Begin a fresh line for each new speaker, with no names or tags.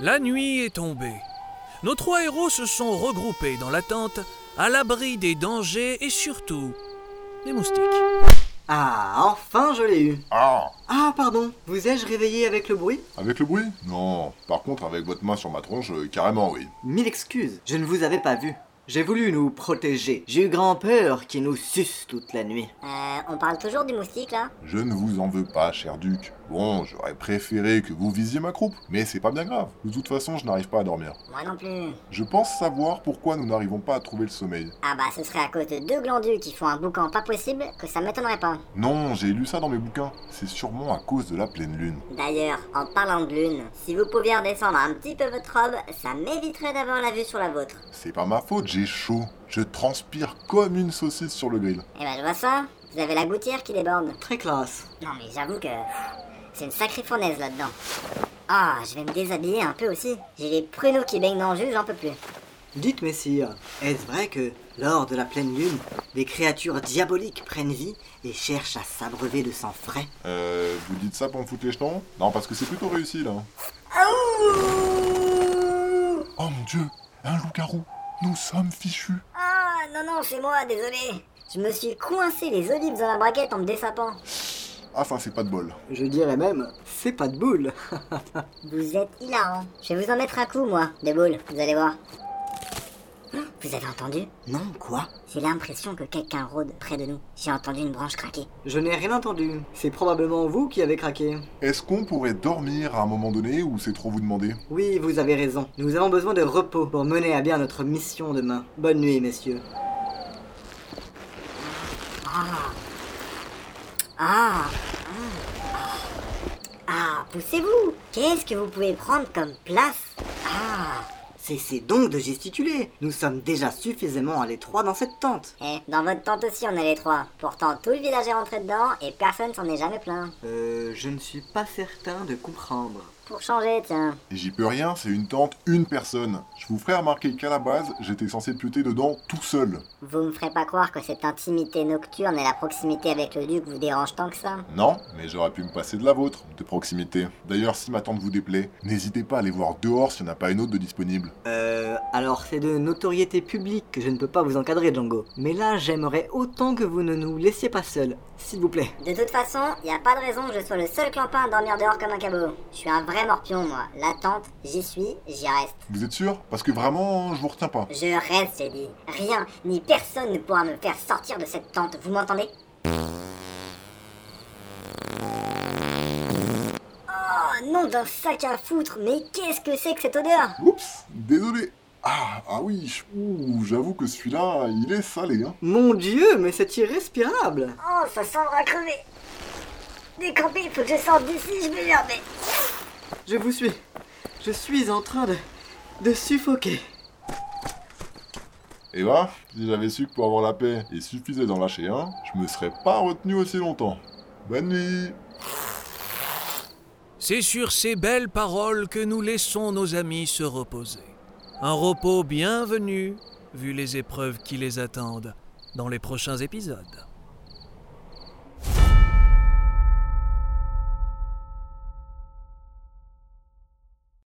La nuit est tombée. Nos trois héros se sont regroupés dans la tente, à l'abri des dangers et surtout des moustiques.
Ah, enfin je l'ai eu.
Ah
Ah, pardon, vous ai-je réveillé avec le bruit
Avec le bruit Non. Par contre, avec votre main sur ma tronche, euh, carrément oui.
Mille excuses, je ne vous avais pas vu. J'ai voulu nous protéger. J'ai eu grand peur qu'il nous suce toute la nuit.
Euh, on parle toujours du moustique là
Je ne vous en veux pas, cher duc. Bon, j'aurais préféré que vous visiez ma croupe, mais c'est pas bien grave. De toute façon, je n'arrive pas à dormir.
Moi non plus.
Je pense savoir pourquoi nous n'arrivons pas à trouver le sommeil.
Ah bah ce serait à cause de deux glandus qui font un boucan pas possible que ça m'étonnerait pas.
Non, j'ai lu ça dans mes bouquins. C'est sûrement à cause de la pleine lune.
D'ailleurs, en parlant de lune, si vous pouviez redescendre un petit peu votre robe, ça m'éviterait d'avoir la vue sur la vôtre.
C'est pas ma faute, j'ai chaud. Je transpire comme une saucisse sur le grill.
Eh bah je vois ça, vous avez la gouttière qui déborde.
Très classe.
Non mais j'avoue que c'est une sacrée fournaise là-dedans. Ah, je vais me déshabiller un peu aussi. J'ai les pruneaux qui baignent dans le jus, j'en peux plus.
Dites, messire, est-ce vrai que, lors de la pleine lune, des créatures diaboliques prennent vie et cherchent à s'abreuver de sang frais
Euh, vous dites ça pour me foutre les jetons Non, parce que c'est plutôt réussi là. Oh mon dieu, un loup-garou. Nous sommes fichus.
Ah non non, c'est moi, désolé. Je me suis coincé les olives dans la braquette en me dessapant.
Ah, ça, c'est pas de bol.
Je dirais même, c'est pas de boule.
Vous êtes hilarant. hein. Je vais vous en mettre un coup, moi, de boule, vous allez voir. Oh, Vous avez entendu
non, quoi
J'ai l'impression que quelqu'un rôde près de nous. J'ai entendu une branche craquer.
Je n'ai rien entendu. C'est probablement vous qui avez craqué.
Est-ce qu'on pourrait dormir à un moment donné ou c'est trop vous demander
Oui, vous avez raison. Nous avons besoin de repos pour mener à bien notre mission demain. Bonne nuit, messieurs.
Ah Ah, Ah, poussez-vous Qu'est-ce que vous pouvez prendre comme place Ah
Cessez donc de gesticuler. Nous sommes déjà suffisamment à l'étroit dans cette tente.
Eh, dans votre tente aussi, on est les trois. Pourtant, tout le village est rentré dedans et personne s'en est jamais plaint.
Euh, je ne suis pas certain de comprendre.
Pour changer, tiens.
Et J'y peux rien, c'est une tente, une personne. Je vous ferai remarquer qu'à la base, j'étais censé pioter dedans tout seul.
Vous me ferez pas croire que cette intimité nocturne et la proximité avec le duc vous dérangent tant que ça.
Non, mais j'aurais pu me passer de la vôtre, de proximité. D'ailleurs, si ma tente vous déplaît, n'hésitez pas à aller voir dehors s'il n'y en a pas une autre de disponible.
Euh, alors c'est de notoriété publique que je ne peux pas vous encadrer, Django. Mais là, j'aimerais autant que vous ne nous laissiez pas seuls, s'il vous plaît.
De toute façon, y a pas de raison que je sois le seul clampin à dormir dehors comme un cabot. Je suis un vrai morpion, moi. La tente, j'y suis, j'y reste.
Vous êtes sûr Parce que vraiment, je vous retiens pas.
Je reste, j'ai dit. Rien, ni personne ne pourra me faire sortir de cette tente, vous m'entendez Oh, nom d'un sac à foutre, mais qu'est-ce que c'est que cette odeur
Oups, désolé. Ah, ah oui, je- ouh, j'avoue que celui-là, il est salé, hein.
Mon dieu, mais c'est irrespirable
Oh, ça sent à crever Décampé, il faut que je sorte d'ici, je vais mais...
Je vous suis. Je suis en train de... de suffoquer.
Eh ben, si j'avais su que pour avoir la paix, il suffisait d'en lâcher un, je me serais pas retenu aussi longtemps. Bonne nuit
C'est sur ces belles paroles que nous laissons nos amis se reposer. Un repos bienvenu, vu les épreuves qui les attendent dans les prochains épisodes.